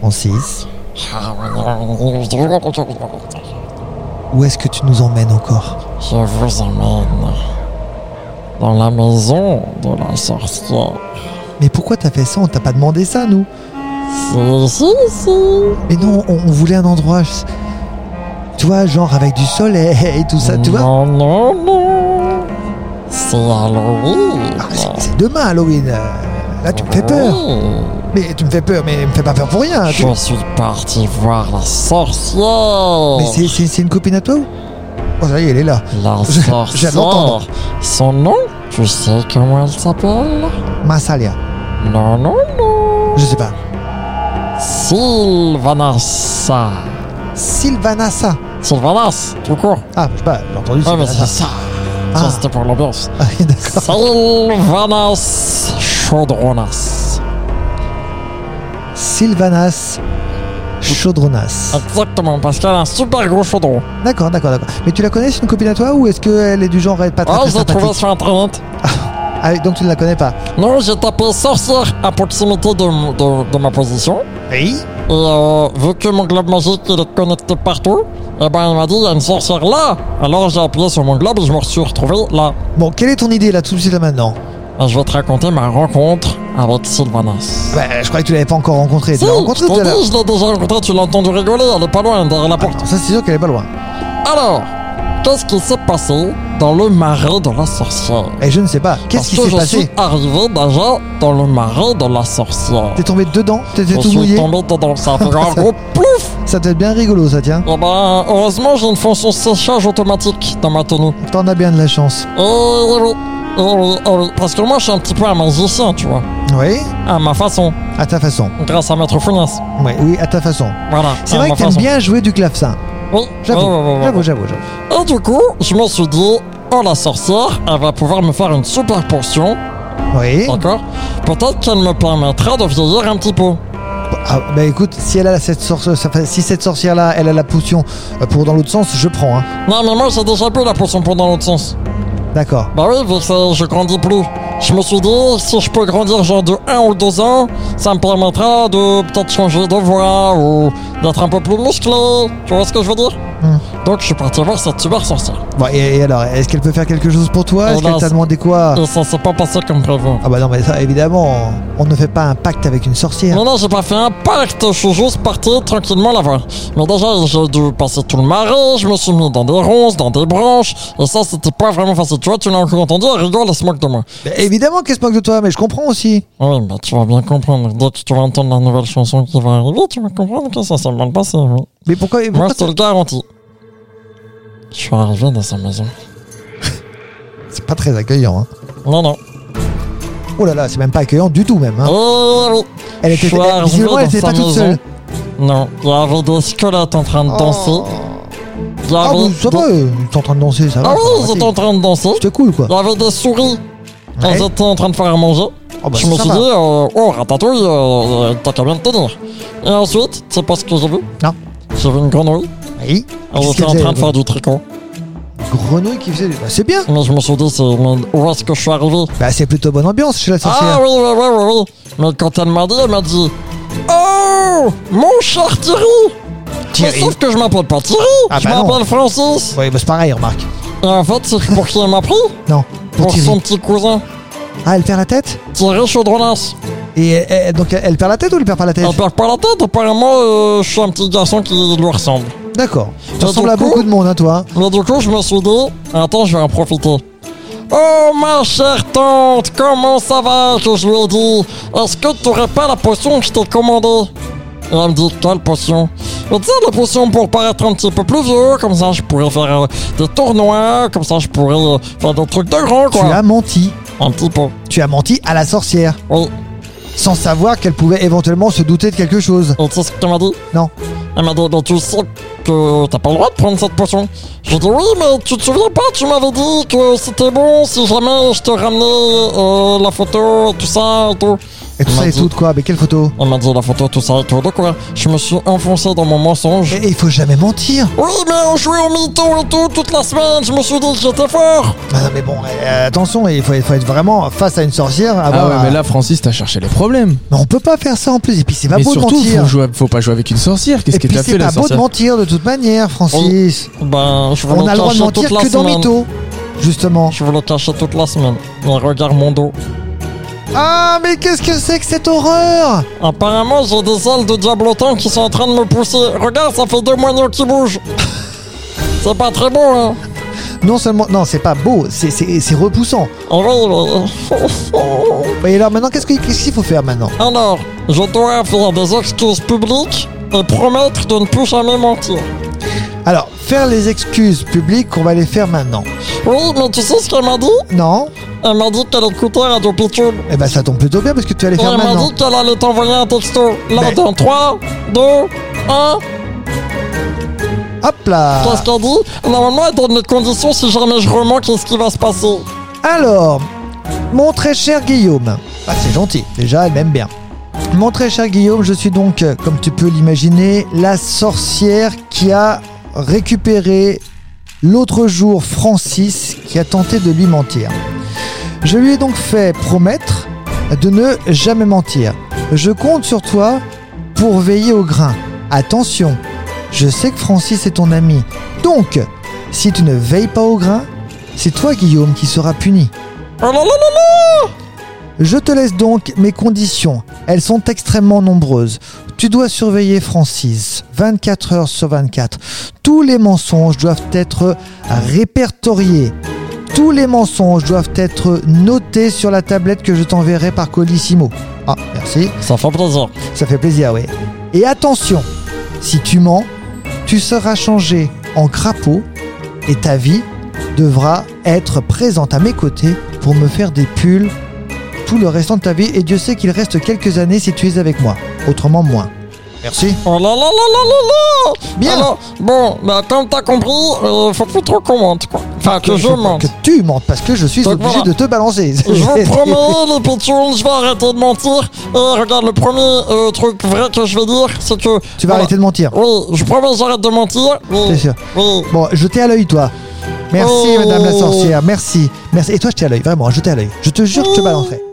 Francis, où est-ce que tu nous emmènes encore Je vous emmène dans la maison de la sorcière. Mais pourquoi t'as fait ça On t'a pas demandé ça, nous Si, si, si. Mais non, on, on voulait un endroit. Tu vois, genre avec du soleil et tout ça, tu vois Non, non, non. C'est Halloween. Ah, c'est- C'est demain, Halloween. Euh, Là, tu me fais peur. Oui. Mais tu me fais peur, mais me fais pas peur pour rien. tu- Je suis parti voir la sorcière. Mais c'est- c'est c'est une copine à toi ou Oh, ça y est, elle est là. La Je- j'aime l'entendre. sorcière. Son nom, tu sais comment elle s'appelle Massalia. Non, non, non. Je sais pas. Sylvanassa. Sylvanassa. Sylvanas, tout court. Ah, je sais pas, j'ai entendu Ah, mais c'est Sylvanassa. ça. Ah. Ça, c'était pour l'ambiance. Ah, d'accord. Sylvanas Chaudronas. Sylvanas Chaudronas. Exactement, parce qu'elle a un super gros chaudron. D'accord, d'accord, d'accord. Mais tu la connais, c'est une copine à toi ou est-ce qu'elle est du genre à être pas très, Ah, très je l'ai trouvé sympathique sur internet. ah, Donc tu ne la connais pas Non, j'ai tapé sorcière à proximité de, m- de- de ma position. Oui. Et euh, vu que mon globe magique il est connecté partout, eh ben il m'a dit il y a une sorcière là. Alors j'ai appuyé sur mon globe et je me suis retrouvé là. Bon, quelle est ton idée là tout de suite là maintenant Et je vais te raconter ma rencontre avec Sylvanas. Bah, je croyais que tu l'avais pas encore rencontrée. Tu l'as je rencontrée tout à t'ai l'heure dit, je l'ai déjà rencontrée, tu l'as entendu rigoler, elle est pas loin derrière la porte. Ah, Ça, c'est sûr qu'elle est pas loin. Alors, qu'est-ce qui s'est passé dans le marais de la sorcière Et Eh, je ne sais pas. Qu'est-ce qui Parce que s'est je suis passé arrivé déjà dans le marais de la sorcière. T'es tombé dedans T'étais Je tout suis mouillé tombé dedans, ça a fait un gros plouf Ça devait être bien rigolo, ça, tiens. Eh ben, heureusement, j'ai une fonction séchage automatique dans ma tenue. T'en as bien de la chance. Eh oui, eh oui, eh oui. Parce que moi, je suis un petit peu un magicien, tu vois. Oui À ma façon, À ta façon. grâce à Maître Founas. Oui, oui, à ta façon. Voilà. C'est à vrai ma que t'aimes façon. bien jouer du clavecin. Oui, J'avoue, ouais, ouais, ouais, ouais. j'avoue, j'avoue, j'avoue. Et du coup, je me suis dit, oh la sorcière, elle va pouvoir me faire une super potion, Oui. d'accord Peut-être qu'elle me permettra de vieillir un petit peu. Ah, bah écoute, si elle a cette sorcière, si cette sorcière là, elle a la potion euh, pour dans l'autre sens, je prends. Hein. Non, mais moi, j'ai déjà bu la potion pour dans l'autre sens. D'accord. Bah oui, vu que c'est- je grandis plus. Je me suis dit, si je peux grandir genre de 1 ou 2 ans, ça me permettra de peut-être changer de voix ou d'être un peu plus musclé. Tu vois ce que je veux dire Hmm. Donc je suis parti voir cette super sorcière. Bon, et, et alors, est-ce qu'elle peut faire quelque chose pour toi Est-ce Non, qu'elle t'a c'est- demandé quoi Et ça s'est pas passé comme prévu. Ah bah non, mais ça, évidemment, on ne fait pas un pacte avec une sorcière. Non, non, j'ai pas fait un pacte, je suis juste parti tranquillement la voir. Mais déjà, j'ai dû passer tout le marais, je me suis mis dans des ronces, dans des branches, et ça, c'était pas vraiment facile. Tu vois, tu l'as encore entendu, elle rigole, elle se moque de moi. Bah, évidemment qu'elle se moque de toi, mais je comprends aussi. Oui, bah tu vas bien comprendre. Dès que tu vas entendre la nouvelle chanson qui va arriver, tu vas comprendre que ça s'est mal passé. oui. Mais pourquoi, et Moi, pourquoi je te le garantis. Je suis arrivé dans sa maison. C'est pas très accueillant. Hein. Non, non. Oh là là, c'est même pas accueillant du tout même. Hein. Eh oui. Elle Je était, suis elle- arrivé visiblement, elle dans était sa pas toute maison. seule. Non, il y avait des squelettes en train de danser. Il y Oh. Ah, avait bon, ça des- va, euh, ils sont en train de danser, ça va. Ah ça va, oui, ils étaient en train de danser. C'était cool quoi. Il y avait des souris. Ah, Ouais. Elles étaient en train de faire à manger. Oh, bah, je c'est me suis sympa. dit, euh, oh, ratatouille, euh, euh, t'as qu'à bien te tenir. Et ensuite, tu sais pas ce que j'ai vu Non. J'ai vu une grenouille. Oui. Elle Qu'est-ce était qu'elle en train faisait, de faire du tricot. Grenouille qui faisait. Bah, c'est bien. Mais je me suis dit, c'est- mais où est-ce que je suis arrivé Bah, c'est plutôt bonne ambiance chez la sorcière. Ah oui, oui, oui, oui, oui. Mais quand elle m'a dit, elle m'a dit Oh Mon cher Thierry Mais Thierry. sauf que je m'appelle pas Thierry Ah Je bah non. m'appelle Francis Oui, bah c'est pareil, remarque. Et en fait, c'est pour qui elle m'a pris Non, pour, Pour Thierry. son petit cousin, Ah, elle perd la tête Thierry Chaudronas. Et elle- elle- donc elle perd la tête ou elle perd pas la tête Elle perd pas la tête, apparemment, euh, je suis un petit garçon qui lui ressemble. D'accord. Tu Bah, ressembles à du coup- beaucoup de monde, hein, toi. hein. Mais du coup, je me suis dit, attends, je vais en profiter. Oh, ma chère tante, comment ça va que je lui ai dit Est-ce que tu n'aurais pas la potion que je t'ai commandée Et elle me dit, quelle potion Mais Tu sais, la potion pour paraître un petit peu plus vieux, comme ça je pourrais faire euh, des tournois, comme ça je pourrais euh, faire des trucs de grand, Tu quoi. as menti. Un petit peu, Tu as menti à la sorcière, oui. sans savoir qu'elle pouvait éventuellement se douter de quelque chose. Et Ah, tu sais ce qu'elle m'a dit Non. Elle m'a dit, mais tu sais que que t'as pas le droit de prendre cette potion. Je lui dis oui, mais tu te souviens pas, tu m'avais dit que c'était bon si jamais je te ramenais euh, la photo, tout ça et tout. Et Elle tout ça m'a et dit- tout de quoi Mais quelle photo Elle m'a dit la photo, tout ça et tout. Donc ouais, je me suis enfoncé dans mon mensonge. Et et il faut jamais mentir Oui, mais on jouait au mytho et tout toute la semaine, je me suis dit que j'étais fort. Ah, non, Mais bon, euh, attention, il faut, il faut être vraiment face à une sorcière. Ah avoir ouais, un- mais là, Francis, t'as cherché les problèmes. Mais on peut pas faire ça en plus, et puis c'est pas Mais beau de surtout, mentir. faut, jouer- faut pas jouer avec une sorcière. Qu'est-ce Et qu'elle puis t'a fait, c'est la pas beau de sorcière mentir de toute manière, Francis. Ben, je voulais On a le droit de cacher mentir toute la que dans semaine. Mytho, justement. Je voulais cacher toute la semaine. Mais regarde mon dos. Ah, mais qu'est-ce que c'est que cette horreur Apparemment, j'ai des ailes de diablotin qui sont en train de me pousser. Regarde, ça fait deux moignons qui bougent. C'est pas très beau, hein Non seulement, non, c'est pas beau, c'est- c'est c'est repoussant. Ah oui, mais- Et alors maintenant, qu'est-ce que- qu'est-ce qu'il faut faire maintenant Alors, je dois faire des excuses publiques et promettre de ne plus jamais mentir. Alors, faire les excuses publiques, on va les faire maintenant. Oui, mais tu sais ce qu'elle m'a dit Non Elle m'a dit qu'elle écoutait Radio Pitchoun. Eh ben ça tombe plutôt bien parce que tu vas les Et faire elle m'a maintenant. dit qu'elle allait t'envoyer un texto. Là, Mais- dans 3, 2, 1... Hop là Qu'est-ce qu'elle dit Normalement, elle donne les conditions si jamais je remonte, qu'est-ce qui va se passer Oh Alors, mon très cher Guillaume, ah, c'est gentil, déjà elle m'aime bien. Mon très cher Guillaume, je suis donc, euh, comme tu peux l'imaginer, la sorcière qui a récupéré l'autre jour Francis qui a tenté de lui mentir. Je lui ai donc fait promettre de ne jamais mentir. Je compte sur toi pour veiller au grain. Attention, je sais que Francis est ton ami. Donc, si tu ne veilles pas au grain, c'est toi, Guillaume, qui seras puni. Oh là là là Je te laisse donc mes conditions. Elles sont extrêmement nombreuses. Tu dois surveiller Francis 24 heures sur 24. Tous les mensonges doivent être répertoriés. Tous les mensonges doivent être notés sur la tablette que je t'enverrai par Colissimo. Ah, merci. Ça fait plaisir. Ça fait plaisir, oui. Et attention, si tu mens, tu seras changé en crapaud et ta vie devra être présente à mes côtés pour me faire des pulls tout le restant de ta vie. Et Dieu sait qu'il reste quelques années si tu es avec moi. Autrement, moins. Merci. Oh là là là là là là Bien. Alors, bon, bah, comme t'as compris, euh, faut plus trop qu'on mente, quoi. Enfin, que je faut pas mente. Que tu mentes parce que je suis Donc obligé voilà. de te balancer. Je vous promets, les pitchouns, je vais arrêter de mentir. Et regarde, le premier euh, truc vrai que je vais dire, c'est que... tu Voilà. vas arrêter de mentir. Oui, je promets, j'arrête de mentir. Oui, C'est sûr. oui. Bon, jetez à l'œil, toi. Merci, Oh. Oh. madame la sorcière. Merci. Merci. Et toi, jetez à l'œil. Vraiment, jetez à l'œil. Je te jure que je te balancerai.